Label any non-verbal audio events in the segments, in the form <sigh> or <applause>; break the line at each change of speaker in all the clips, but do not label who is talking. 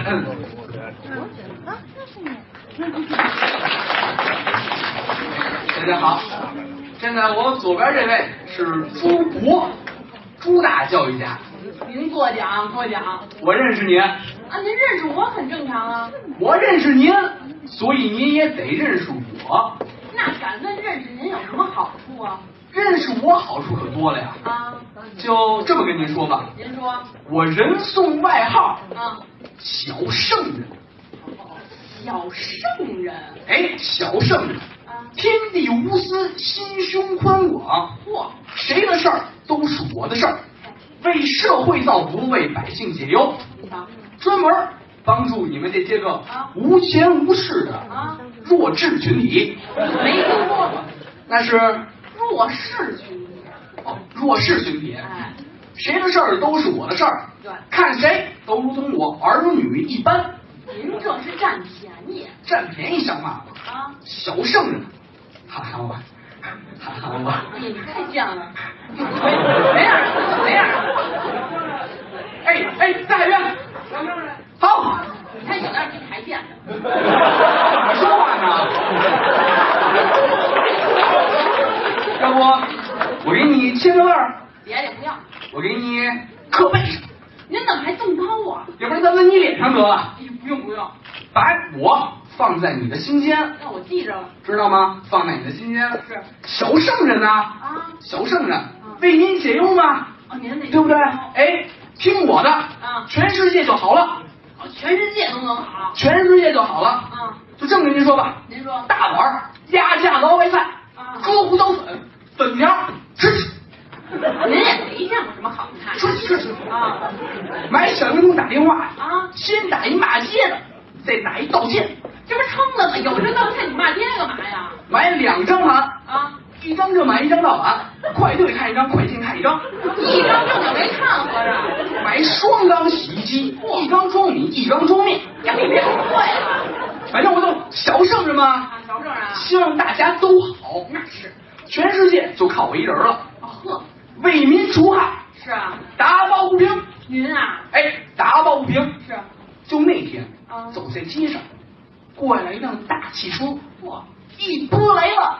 啊，那是你。
大家好，现在我左边这位是朱博，朱大教育家，
您过奖过奖
我认识您，
啊！您认识我很正常啊。
我认识您，所以您也得认识我。
那敢问认识您有什么好处啊？
认识我好处可多了呀，
啊，
就这么跟您说吧，
您说
我人送外号
啊，
“小圣人
小圣人”，
哎，小圣人，
啊，
天地无私，心胸宽广，
嚯，
谁的事儿都是我的事儿，为社会造福，为百姓解忧，
你瞧
专门儿帮助你们这些个
啊
无钱无势的
啊，
弱智群体。
没听说过
那是
弱势群体，
哦，弱势群体，
哎，
谁的事儿都是我的事儿，
对，
看谁都如同我儿女一般，
您这是占便宜
占便宜想骂我，
啊！
小圣人，哈哈我，哈哈我，
你太犟了，没没让人没让人，
哎哎，大海员，好，
你看有点跟台见的，
怎么说话呢？要不我给你签个字儿，
别的也不要。
我给你刻背上。
您怎么还动刀啊？
要不然咱纹你脸上得了，
哎不用不用，
把我放在你的心间，
那我记着了。
知道吗？放在你的心间
是
小圣人呐、
啊，
小圣人为您解忧嘛，
哦，您那个
对不对？哎，听我的，
啊
全世界就好了，
哦，全世界都能好
全世界就好了。
啊！
就这么跟您说吧，
您说
大碗儿压架子熬白菜，
啊
搁胡椒粉，粉条儿吃起，
您也没见过什么好菜
吃起吃起。
啊
买小灵通打电话，
啊！
先打一骂街的，再打一道歉，
这不撑的吗？有这道菜你骂爹干嘛呀？
买两张盘。
啊，
一张正版，一张盗版，快对看一张，快进看一张，
一张正经没看合着，
买双缸洗衣机，一缸装米，一缸装面。
哎呀，你别误会了
反正我就小圣人嘛，
啊，小郑啊，
希望大家都好，
那是
全世界就靠我一人了，
哦呵，
为民除害，
是啊，
打抱不平。
您啊
哎，打抱不平。
是
就那天
啊，
走在街上，过来一辆大汽车，
嚯，
一波来万，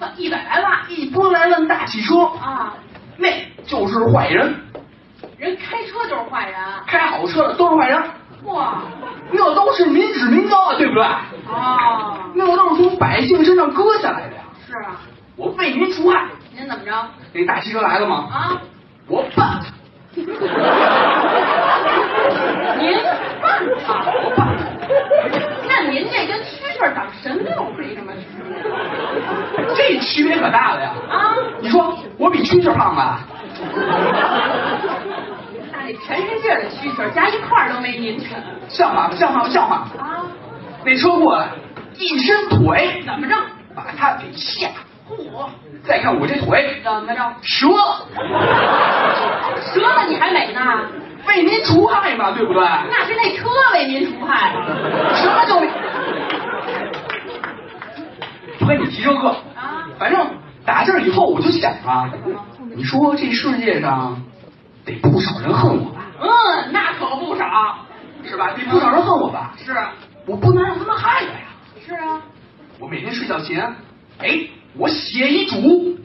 呵一百来万
一波来万大汽车，
啊，
那就是坏人，
人开车就是坏人，
开好车的都是坏人。
嚯，
那都是民脂民膏啊，对不对？
哦，
那都是从百姓身上割下来的呀。
是啊，
我为民除害，
您怎么着
那大汽车来了吗？
啊？
我办他，
您办他，那您这跟蛐蛐儿长神六是一什么区别
这区别可大了呀！
啊？
你说我比蛐蛐胖吧？
那这全世界的蛐蛐儿加一块儿都没您沉
像话不像话不像话？
啊？
那车过来，一伸腿
怎么着？
把他给吓。
嚯，
再看我这腿，
怎么着？
折了，
折了你还美呢？
为民除害嘛，对不对？
那是那车为您除害了
什么都没。不跟你提这个，
啊？
反正打这儿以后我就想啊，你说这世界上得不少人恨我吧，
嗯，那可不少。
是吧？得不少人恨我吧，
是啊
我不能让他们害我呀。
是啊，
我每天睡觉前，哎，我写遗嘱，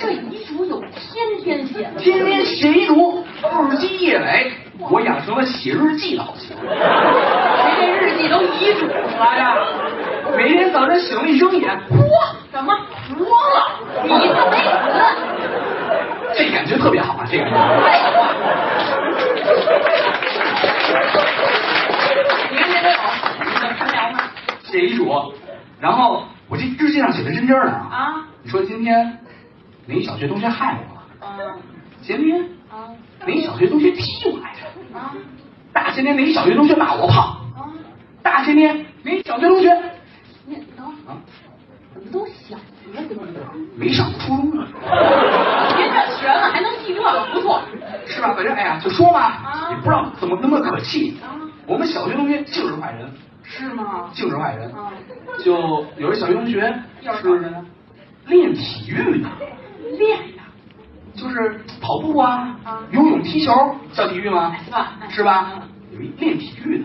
这遗嘱有天天写的，
天天写遗嘱，日积月累，我养成了写日记的好习惯。
谁这日记都遗嘱合着。
每天早晨醒了一睁眼，
哇，怎么活了？你这没死？
这感觉特别好啊，这感觉。
废话。你看这都有，咱聊呢
写遗嘱，然后我这日记上写的真真儿的啊。
啊，
你说今天哪一小学同学害我了？
嗯
前天
啊
哪一小学同学踢我来着？
啊
大前天哪一小学同学骂我胖？
啊！
大前天哪一小学同学
你等会儿
啊
怎么都小了？你怎么
没上过初中呢？
您这学问还能记这个，不错。
是吧？反正哎呀，就说嘛，
啊
也不知道怎么那么可气。
啊，
我们小学同学净是坏人，
是吗？
净是坏人。
啊，
就有一小学同学
又是
是练体育的，
练呀，
就是跑步啊
啊、
游泳、踢球，叫体育吗？
哎算哎
是吧？有一练体育的，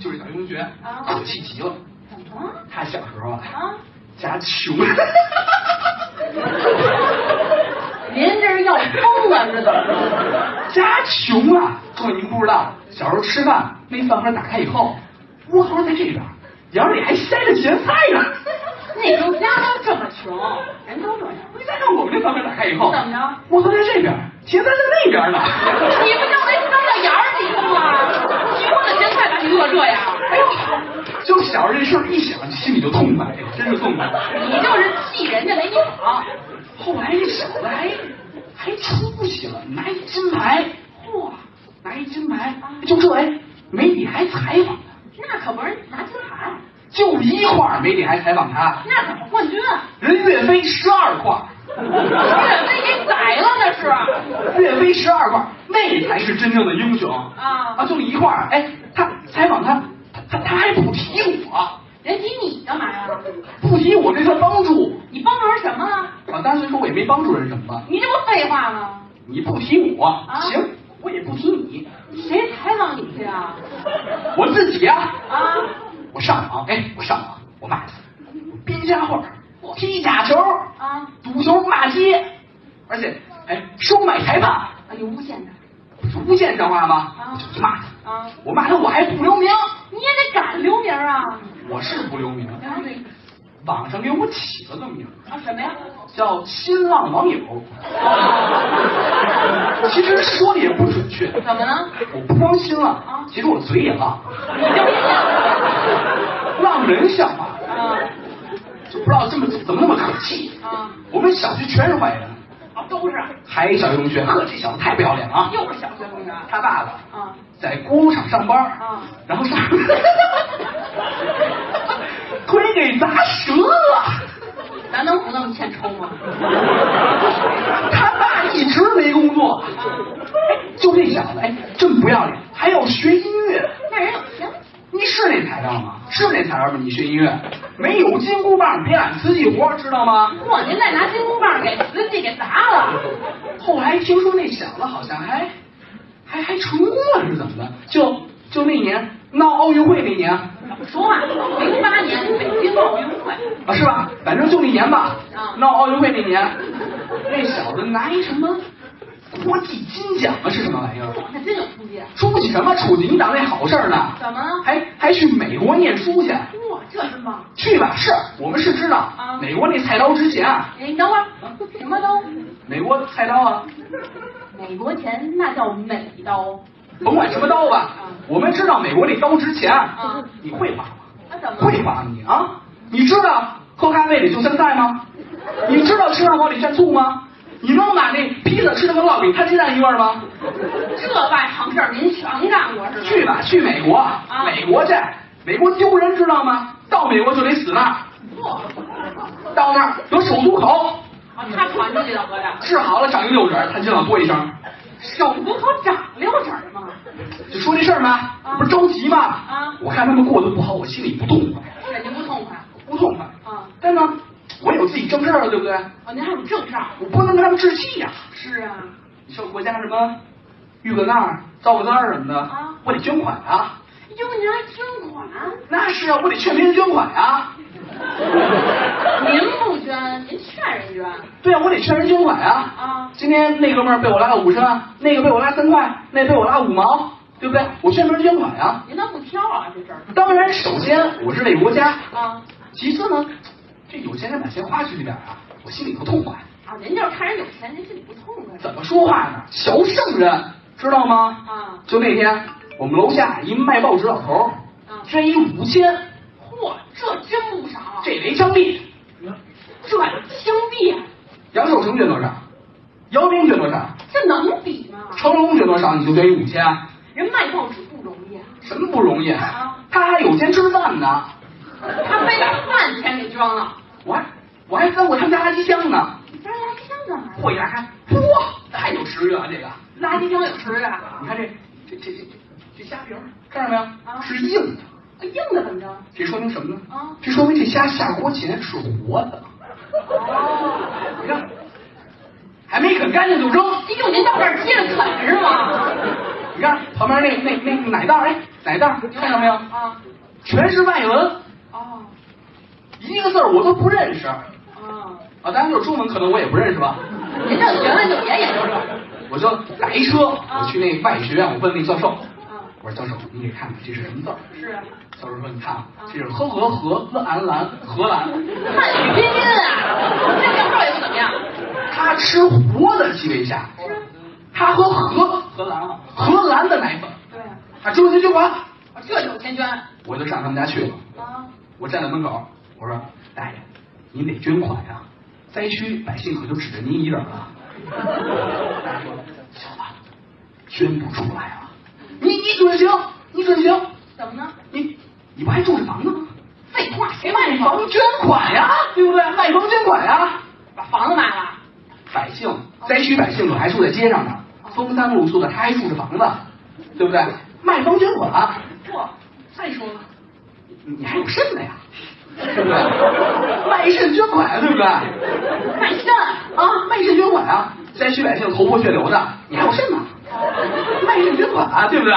就是小学同学，我气急了。
怎么？
他小时候啊，
啊？
家穷， <laughs>
您这是要疯了是怎么着？
家穷啊！各位您不知道，小时候吃饭那饭盒打开以后，窝头在这边，眼里还塞着咸菜呢。
那时候家都这么穷，人都这样。
你再看我们这饭盒打开以后，
怎么着？
窝头在这边，咸菜在那边呢。 <laughs>
你们让人当到眼儿里头吗？提供的咸菜咋给我这样？
哎呦，就小时候这事儿一想，心里就痛快，真是痛快。
你就是气人家没你好。
后来这小子还还出息了，拿一金牌，嚯，拿一金牌，就这哎，媒体还采访他，
那可不是拿金牌，
就一块儿媒体还采访他，
那怎么冠军啊？
人岳飞十二块儿，
岳飞给宰了那是。
岳飞十二块儿，那才是真正的英雄
啊
啊！就一块儿，哎，他采访他，他他他还不提我，
人提你干嘛呀？
不提我这算帮助
你帮助人什么了？
啊！当然说我也没帮助人什么吧，
你这不废话吗？
你不提我
啊
行，我也不提你，
谁采访你去啊？
我自己啊。
啊？
我上网，哎，我上网，我骂他，编瞎话，踢假球，
啊？
赌球骂街，而且哎，收买裁判，
啊，有诬陷的。
不是诬陷这话吗
啊？
就骂他，
啊，
我骂他，我还不留名，
你也得敢留名啊！
我是不留名，
然后你
网上给我起了个名，
啊什么呀？
叫新浪网友，其实说的也不准确，
怎么了？
我不光新浪
啊，
其实我嘴也浪，
你就一
浪人笑话，
啊
就不知道这么怎么那么可气，
啊
我们小区全是坏人。
啊！都是，
还有一小学同学，呵，这小子太不要脸了啊！
又是小学同学啊
他爸爸
啊
在锅炉厂上班，
啊
然后上 <laughs> 腿给砸折啊了，
咱能不那么欠抽吗？
他爸一直没工作，哎就这小子，哎，真不要脸，还要学音乐。
那人有天赋，
你是那材料吗？是那材料吗？你学音乐没有金箍棒，别揽瓷器活，知道吗？
嚯！您再拿金箍棒给瓷器给砸了，
后来听说那小子好像还还还成功了，是怎么的？就就那年闹奥运会那年啊，
怎么说话？零八年北京奥运会，
是吧？反正就那年吧
啊，
闹奥运会那年，那小子拿一什么国际金奖啊，是什么玩意儿？
我还真有出息。啊
出息什么出息？你当那好事儿呢？
怎么了？
还还去美国念书去？
嚯，这是吗？
去吧，是我们是知道
啊，
美国那菜刀值钱啊，
哎，你等会儿，什么刀？
美国菜刀啊，
美国钱那叫美刀
甭管什么刀吧
啊，
我们知道美国那刀值钱，
啊！
你会划吗？
那怎么
会？吧你啊？你知道喝咖啡里就香菜吗？你知道吃汉堡里蘸醋吗？你能把那披萨吃的跟烙饼摊鸡蛋一味儿吗？
这外行事儿您全干过是吧？
去吧，去美国，啊
啊
美国去，美国丢人知道吗？到美国就得死那儿，
嚯！
到那儿得首都口，
啊，他传出去的合着，
治好了长一六指儿，谭金老啵一声，
手不口长溜指儿吗？
就说这事儿吗？
啊
不是着急吗？
啊
我看他们过得不好，我心里不痛快，
肯定不痛快
不痛快。
啊！
但呢，我有自己正事儿了，对不对？
哦，您还有正事儿？
我不能跟他们置气呀、
是啊，
你像国家什么遇个难儿、遭个灾儿什么的，
啊
我得捐款啊。
哟，您还捐款？
那是啊，我得劝别人捐款啊。
您不捐，您劝人捐
对啊，我得劝人捐款啊。
啊？
今天那哥们儿被我拉了五十万，那个被我拉三块，那个被我拉五毛，对不对？我劝别人捐款啊。
您倒不挑啊，这事儿
当然，首先我是为国家，
啊
其次呢，这有钱人把钱花出去点儿啊，我心里不痛快。
啊！您就是看人有钱，您心里不痛快
怎么说话呢？小圣人，知道吗？
啊
就那天，我们楼下一卖报纸老头儿，
啊！
捐一五千，
嚯，这真不少啊，
这没张力。
这轻币
杨秀成捐多少？姚明捐多少？
这能比吗？
成龙捐多少？你就捐一五千，
人卖报纸不容易啊，
什么不容易？
啊
他还有钱吃饭呢，
他非把饭钱给捐了，
我还我还翻过他们家垃圾箱呢，
你这垃圾箱干嘛呀？
嚯一拉开，嚯，太有食欲了这个。
垃圾箱有吃的啊？
你看这这这这这这虾皮儿，看见没有？
啊
是硬的，
硬的怎么着？
这说明什么呢？
啊
这说明这虾下锅前是活的。
哦，
你看，还没啃干净就扔。
哎呦，您到这儿接着啃是吗？
你看旁边那那那奶袋儿，哎，奶袋儿看到没有？
啊，
全是外文，
哦，
一个字儿我都不认识。
啊，
啊，当然就是中文，可能我也不认识吧。
您就学问就别研究这个。
我就打一车，我去那外语学院，我问那教授，
啊，
我说教授，你给看看这是什么字儿？
是啊，
教授说，你看啊，这是呵和荷自安兰荷兰，
汉语拼音啊，这教授也不怎么样。
他吃活的基围虾，他喝荷荷兰啊荷兰的奶粉，
对啊，
他住进去管，
啊这就是天捐
我就上他们家去了。
啊，
我站在门口，我说大爷，您得捐款呀、灾区百姓可就指着您一人了。大爷说小子，捐不出来啊，你你准行，你准行，
怎么呢？
你你不还住着房子吗？
废话，谁买
卖
你房
房捐款呀、对不对？卖房捐款呀、
把房子卖了？
百姓灾区百姓可还住在街上呢，风餐露宿的，他还住着房子，对不对？卖房捐款，
嚯，再说了，
你还有肾的呀，对不对？卖肾捐款呀，对不对？
卖肾
啊，卖肾捐款啊，灾区百姓头破血流的，你还有肾吗？卖肾捐款啊，对不对？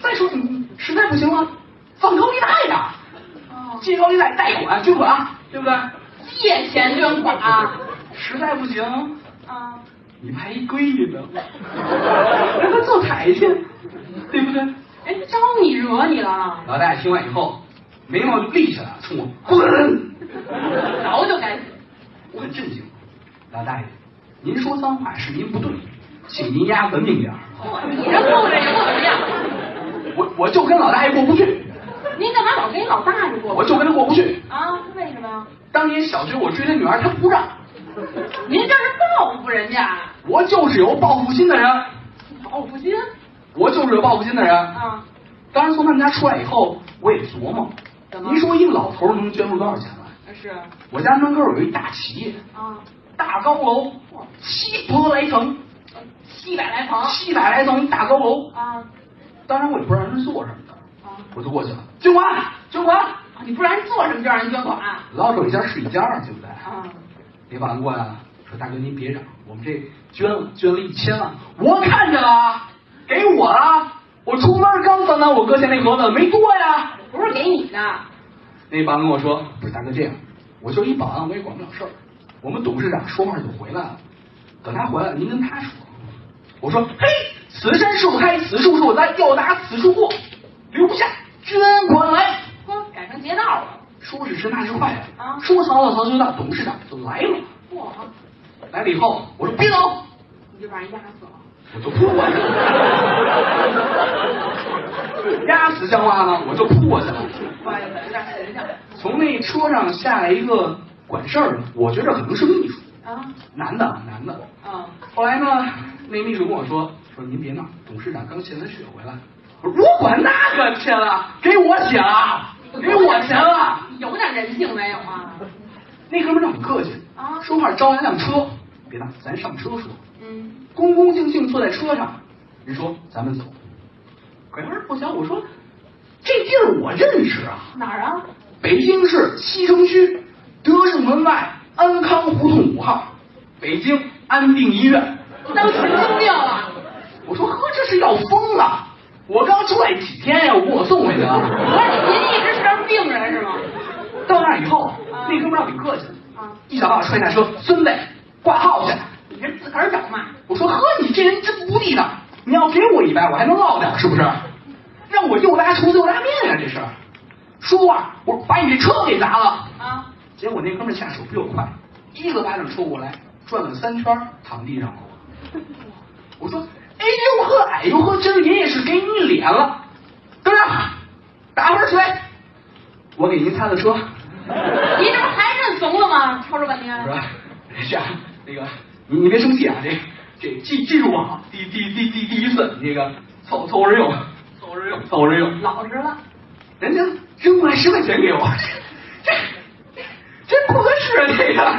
再说你你实在不行了，放高利贷呀，
哦，
借高利贷贷款捐款啊，对不对？
借钱捐款啊？
实在不行，
啊，
你派一闺女呢，让她坐台去，对不对？
人招你惹你了？
老大爷听完以后，眉毛就立起来了，冲我滚！
早就该死。
我很震惊，老大爷，您说脏话是您不对，请您丫文明点儿。啊
嚯你这素质也不怎么样，
我我就跟老大爷过不去，
您干嘛老跟一老大爷过
我就跟他过不去。
啊？为什么呀？
当年小学我追他女儿，他不让，
<laughs> 您这是报复人家，啊
我就是有报复心的人，
报复心
我就是有报复心的人。
啊？
当时从他们家出来以后，我也琢磨，
怎么
您说一个老头儿能捐出多少钱来？
是啊，
我家门口有一大企业，大高楼，七百来层，
七百来房
七百来层大高楼。
啊
当然我也不知道人是做什么的，
啊
我就过去了，捐款，捐款，
啊！你不然做什么就让人捐款啊？
老手一家是一家，对不对？那保安过来了，说大哥您别嚷，我们这捐了捐了一千万，我看见了啊，给我了，我出门刚翻完我搁下那盒子，没多呀。
不是给你的，
那保安跟我说，不是大哥这样，我就是一保安，我也管不了事儿。我们董事长说话就回来了，等他回来您跟他说。我说嘿，此山树开，此树树栽，要打此树过，留不下捐款来。
呵，改成劫道了。
说时迟，那时快呀
啊，
说曹操，曹就到，董事长就来了。
嚯，
来了以后，我说别走，
你就把人压死了。
我就扑过去了。压死像话吗？我就扑过去了。
哎呀，有点形象
从那车上下来一个管事儿的，我觉着可能是秘书，
啊
男的，男的。
啊！
后来呢，那秘书跟我说，说您别闹，董事长刚献完血回来。我说我管那个去了，给我血了，给我钱了。
啊有点人性没有 <laughs> 啊？
那哥们儿就很客气，
啊
说话招来辆车，别闹，咱上车说。
嗯，
恭恭敬敬坐在车上，人说咱们走。拐弯不巧，我说这地儿我认识啊，
哪儿啊？
北京市西城区德胜门外安康胡同五号，北京安定医院。
当神经病了？
我说呵，这是要疯了！我刚出来几天呀，我给我送回去
不
啊。
是，您一直是病人是吗？
到那儿以后，那哥们儿挺客气，
啊，
一脚把我踹下车，孙子挂号去。
你这自个儿找骂。
我说呵，你这人真无地道！你要给我一百，我还能落掉，是不是？让我又拉厨子又拉面呀、这是。说话，啊我把你这车给砸了。
啊，
结果那哥们儿下手比我快，一个巴掌抽过来，转了三圈，躺地上了。我说，哎呦呵，哎呦呵，今儿爷爷是给你脸了，跟着打盆水，我给您擦擦车。
<laughs> 你这不还认怂了吗？吵吵半天
我。说这样，那个你你别生气啊，这这记记住我啊，第第第第第一次，那个凑凑合着用，凑合着用，凑合着用。
老实了。
人家扔过来十块钱给我，这这这不合适啊，这个。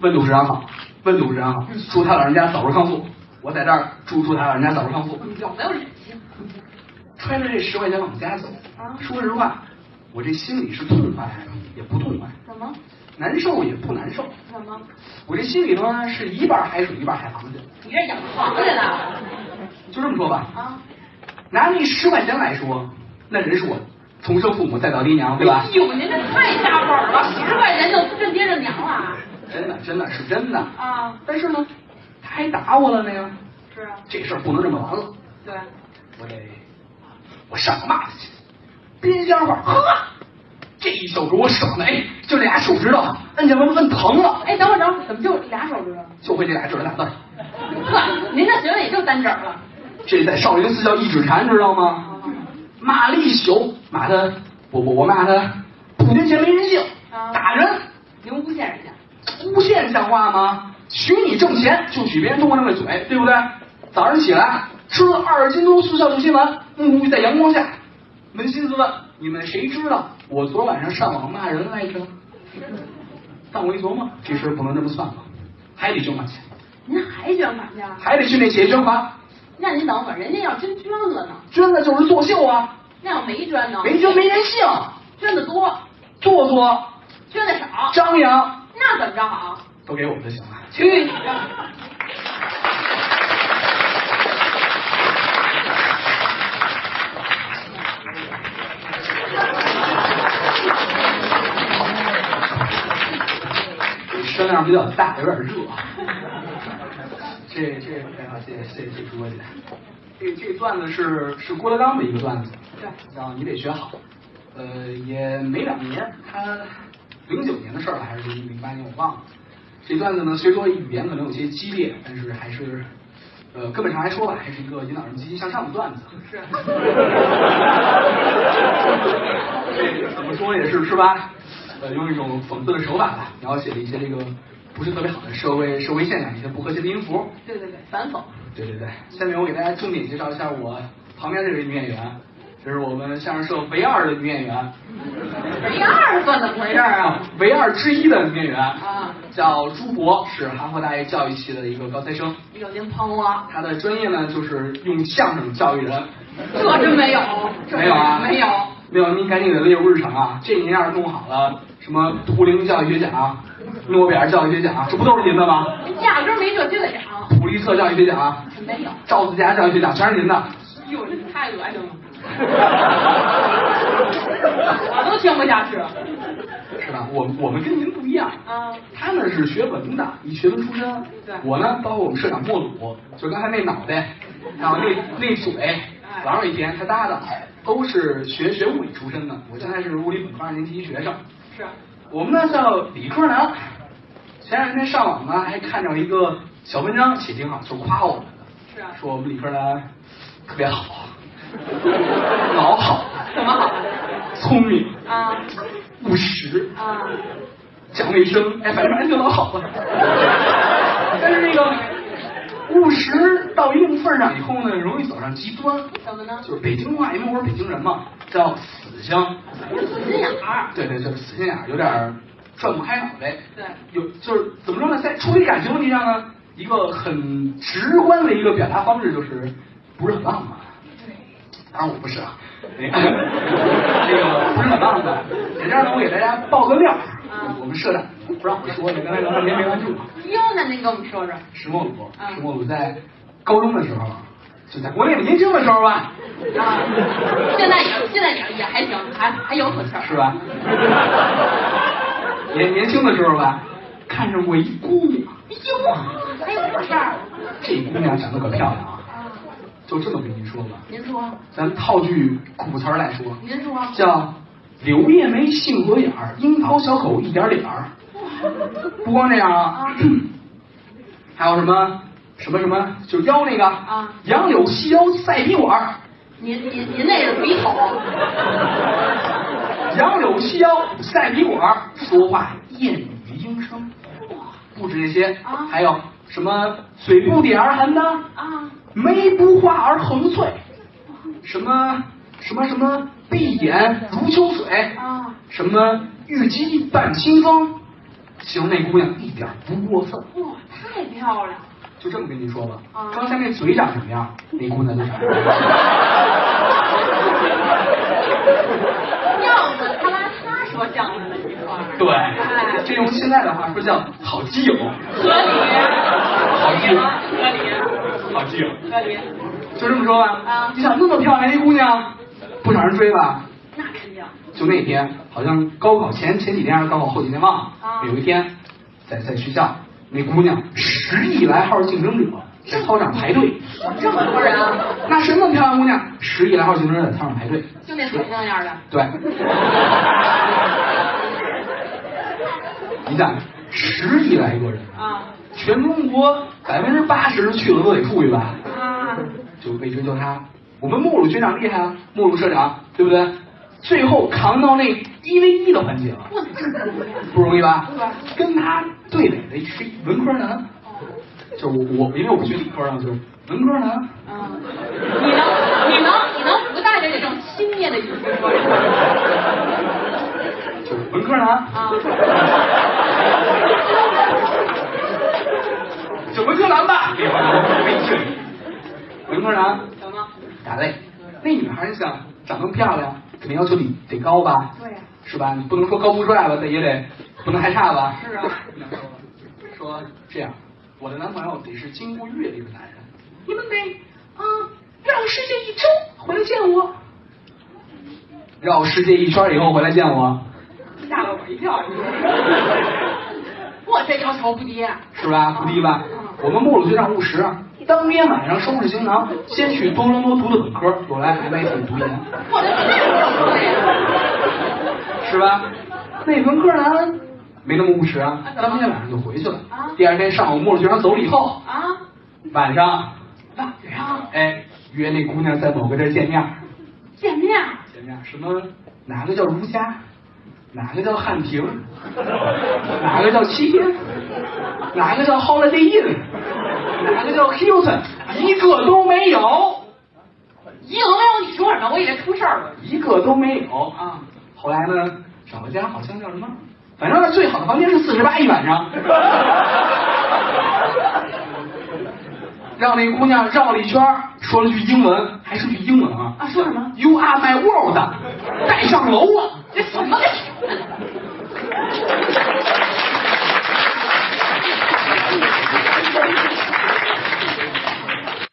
问董事长好，问董事长好，祝他老人家早日康复。我在这儿祝祝他老人家早日康复。
有没有忍性？
揣着这十块钱往家走
啊，
说实话，我这心里是痛快也不痛快，
怎么？
难受也不难受。
怎么？
我这心里头呢是一半海水一半海螃蟹，
你这养螃蟹呢？
就这么说吧。
啊，
拿那十块钱来说，那人是我从生父母再到爹娘，对吧
哎？呦，您这太下本儿了，十块钱就真爹着娘了
真的，真的是真的。
啊！
但是呢，他还打我了呢呀，
是啊，
这事儿不能这么完了，
对，
我得，我上个骂他去，编瞎话，呵，这一手给我爽的，哎，就俩手指头摁下来摁疼了，
哎，等会儿等会儿，怎么就俩手指头？
就会这俩指头打字儿，
呵， <laughs> 您这学问也就单指儿了。
这在少林寺叫一指禅，知道吗？骂了一宿，骂他，我我我骂他，不捐钱没人性，
啊
打人，
您诬陷人家，
诬陷像话吗？许你挣钱，就许别人通过那个嘴，对不对？早上起来吃了二斤多速效救心丸，沐浴在阳光下，扪心自问，你们谁知道我昨晚上上网骂人来着？但我一琢磨，这事儿不能这么算吧，还得捐款去，
您还捐款去啊？
还得去那协议捐款，
那您等会儿，人家要真捐了呢？
捐了就是作秀啊，
那要没捐呢？
没捐没人性，
捐的多，
做作
捐的少，
张扬
那怎么着好？
都给我们就行了。
去你的！
声量比较大，有点热。啊这这哎呀，谢谢谢谢朱小姐。这这段子是是郭德纲的一个段子，
对
然后你得学好。呃，也没两年，他零九年的事儿了，还是零零八年，我忘了。这段子呢，虽说语言可能有些激烈，但是还是呃根本上来说吧，还是一个引导人积极向上的段子。
是，
这个怎么说也是是吧？呃，用一种讽刺的手法吧，描写了一些这个不是特别好的社会社会现象，一些不和谐的音符。
对对对，反讽。
对对对，下面我给大家重点介绍一下我旁边这位女演员，这是我们相声社唯二的女演员，
没二算怎么回事儿啊？
<laughs> 唯二之一的女演员
啊，
叫朱博，是哈佛大学教育系的一个高材生，
你有您捧我，
她的专业呢就是用相声教育人。
这真没有，这
没有啊，
没有。
没有，您赶紧给列入日程啊！这您要是弄好了，什么图灵教育学奖、啊诺贝尔教育学奖，啊这不都是您的吗？
压根儿没这学长，
普利策教育学奖、啊
没有。
赵自佳教育学奖，全是您的。
哟，这太恶心了，我都听不下去了。
是吧？我我们跟您不一样，
啊，
他们是学文的，以学文出身。
对
我呢，包括我们社长莫鲁，就刚才那脑袋，然后那那
哎
嘴，王瑞田他搭档，都是学学物理出身的。我现在是物理本科二年级学生。
是，啊
我们呢叫理科男。前两天上网呢，还看着一个小文章，写挺好，就夸我们的，
是啊，
说我们理科男特别好，老好，
怎么好？
聪明，
啊
<laughs> 务实，
啊，
讲卫生，哎，反正反正就老好了。但是那个务实到一定份儿上以后呢，容易走上极端，
怎么呢？
就是北京话，因为我是北京人嘛，叫死相。
心眼儿。
啊对对，就是死心眼儿，有点儿转不开脑袋。
对，
有就是怎么说呢，在处理感情问题上呢，一个很直观的一个表达方式就是不是很浪漫。 <laughs> 当然我不是啊，那个那个不是很浪漫。在这儿呢，我给大家爆个料儿，
啊
我们社长不让我说，你刚才刚才没没关注。啊
哟，那您给我们说说。
石墨鲁，
啊
石墨鲁在高中的时候，就在国内年轻的时候吧，
啊， <laughs> 现在也现在也也还行，还还有可气儿。
是吧？ <laughs> 年年轻的时候吧，看上过一姑娘，
哎呦，还有可事儿。
这姑娘长得可漂亮啊。
啊，
就这么跟您说吧，
您说，
咱套句古词儿来说，
您说，
叫“柳叶眉，杏核眼儿，樱桃小口一点脸儿”。不光这样啊， <coughs> 还有什么什么什么，就腰那个
啊
杨柳细腰赛笔管儿，
您您您那是
<laughs>
鼻口，
杨柳细腰赛笔管儿，说话燕语莺声。不止这些
啊
还有什么嘴不点儿含呐，
啊，
眉不画而横翠，什么什么什么闭眼如秋水
啊，
什么玉肌伴清风，形容那姑娘一点儿不过分。
哇，太漂亮了。
就这么跟您说吧，
啊
刚才那嘴长什么样，那姑娘就长什么样。
要不他拉他说相声的一块儿，哎
<laughs> 对，这用现在的话说叫好基友，
合理，合理，合理，
好基友。
合理。
就这么说吧。
啊
你想那么漂亮一姑娘，不少人追吧？
那肯定。
就那天，好像高考前前几天还是高考后几天忘了。
啊
有一天，在在学校，那姑娘十亿来号竞争者在操场排队。
这么多人啊，
那什么漂亮姑娘，十亿来号竞争者在操场排队。
就那腿像样的，
对， <laughs> 你想，十亿来个人，
啊
全中国百分之八十去了都得富裕吧？
啊，
就被追究他。我们莫鲁学长厉害啊，莫鲁社长，对不对？最后扛到那一 v 一的环节了，
我这么多人
不容易吧
对吧？
跟他对垒的是一文科男，
哦
就是我，我因为我不学理科啊，就是文科男。
嗯，你能你能你能不带着这种轻蔑的语气说这话吗？
就是文科男，
啊，
就文科男吧，给我微信，文科男
什么？
打擂。那女孩你想长得漂亮，肯定要求你得高吧，
对呀、
是吧？你不能说高富帅吧，但也得不能太差吧。
是啊
<laughs> 说这样，我的男朋友得是经过阅历的男人，你们得啊绕世界一周回来见我，绕世界一圈以后回来见我，
吓了我一跳。我这要求不低啊，
是吧？不低吧？
嗯
我们莫鲁学长务实啊，当天晚上收拾行囊，先去多伦多读的本科，我来海外读读研，
我这太不容易了。
是吧？那文科男没那么务实啊，当天晚上就回去了。
啊
第二天上午，莫鲁学长走了以后，
啊，
晚上，
啊
哎，约那姑娘在某个地儿见面儿。
见面啊
见面儿什么？哪个叫儒家？哪个叫汉庭？哪个叫七天？哪个叫 Holiday Inn？哪个叫 Hilton？一个都没有，
一有没有你说什么？我以为出事儿了。
一个都没有啊！后来呢，找了家好像叫什么，反正呢最好的房间是四十八一晚上，让那姑娘绕了一圈儿，说了句英文，还是句英文啊
啊，说什么？
，You are my world，带上楼啊！
这什么？